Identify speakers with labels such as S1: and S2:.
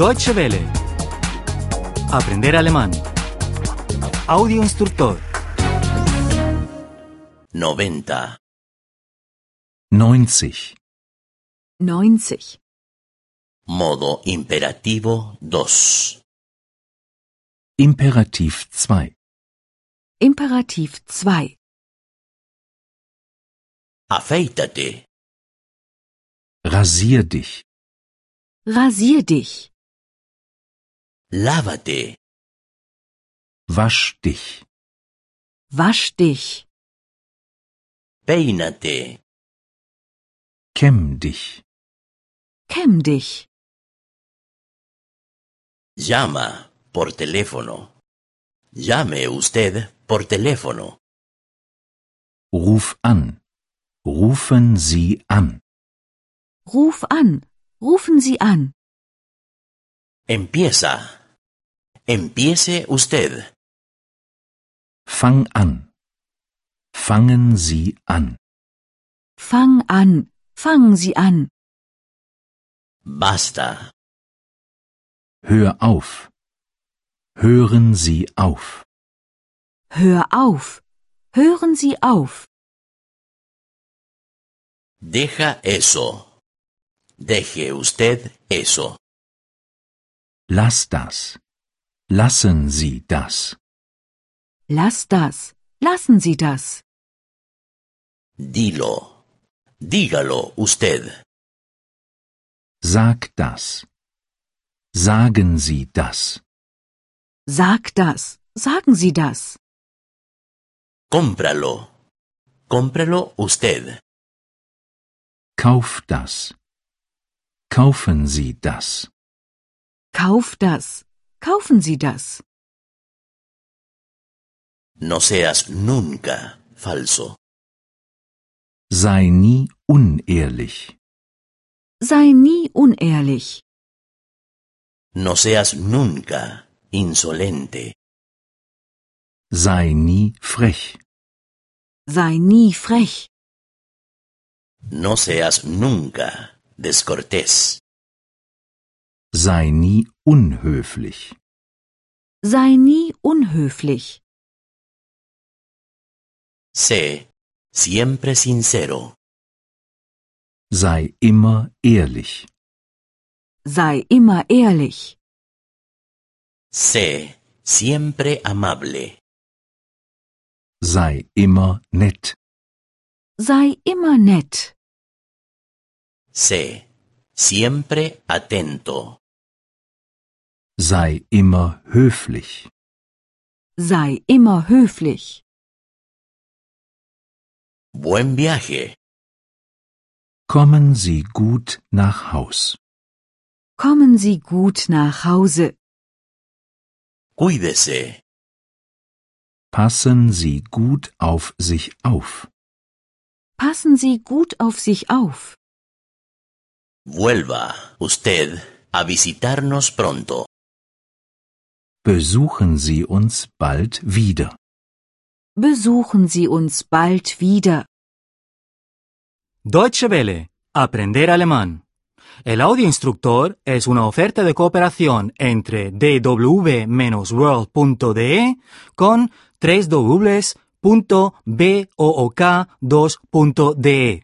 S1: Deutsche Welle. Aprender alemán. Audio instructor.
S2: 90.
S3: 90.
S4: 90.
S2: Modo imperativo 2.
S3: Imperativ 2.
S4: Imperativ 2.
S2: Afeítate.
S3: Rasier dich.
S4: Rasier dich.
S2: Lávate.
S3: Wasch dich.
S4: Wasch dich.
S2: Peínate.
S3: Kämm dich.
S4: Kämm dich.
S2: Llama por teléfono. Llame usted por teléfono.
S3: Ruf an. Rufen Sie an.
S4: Ruf an. Rufen Sie an.
S2: Empieza. Empiece usted.
S3: Fang an. Fangen Sie an.
S4: Fang an. Fangen Sie an.
S2: Basta.
S3: Hör auf. Hören Sie auf.
S4: Hör auf. Hören Sie auf.
S2: Deja eso. Deje usted eso.
S3: Lass das. Lassen Sie das.
S4: Lass das. Lassen Sie das.
S2: Dilo. Dígalo usted.
S3: Sag das. Sagen Sie das.
S4: Sag das. Sagen Sie das.
S2: Cómpralo. Cómpralo usted.
S3: Kauf das. Kaufen Sie das.
S4: Kauf das. Kaufen Sie das.
S2: No seas nunca falso.
S3: Sei nie unehrlich.
S4: Sei nie unehrlich.
S2: No seas nunca insolente.
S3: Sei nie frech.
S4: Sei nie frech.
S2: No seas nunca descortés.
S3: Sei nie unhöflich.
S4: Sei nie unhöflich.
S2: Sé siempre sincero.
S3: Sei immer ehrlich.
S4: Sei immer ehrlich.
S2: Sé siempre amable.
S3: Sei immer nett.
S4: Sei immer nett.
S2: Sé siempre atento.
S3: Sei immer höflich.
S4: Sei immer höflich.
S2: Buen viaje.
S3: Kommen Sie gut nach Haus.
S4: Kommen Sie gut nach Hause.
S2: Cuídese.
S3: Passen Sie gut auf sich auf.
S4: Passen Sie gut auf sich auf.
S2: Vuelva usted a visitarnos pronto.
S3: Besuchen Sie uns bald wieder.
S4: Besuchen Sie uns bald wieder.
S1: Deutsche Welle. Aprender alemán. El audio instructor es una oferta de cooperación entre dw-world.de con 3 2de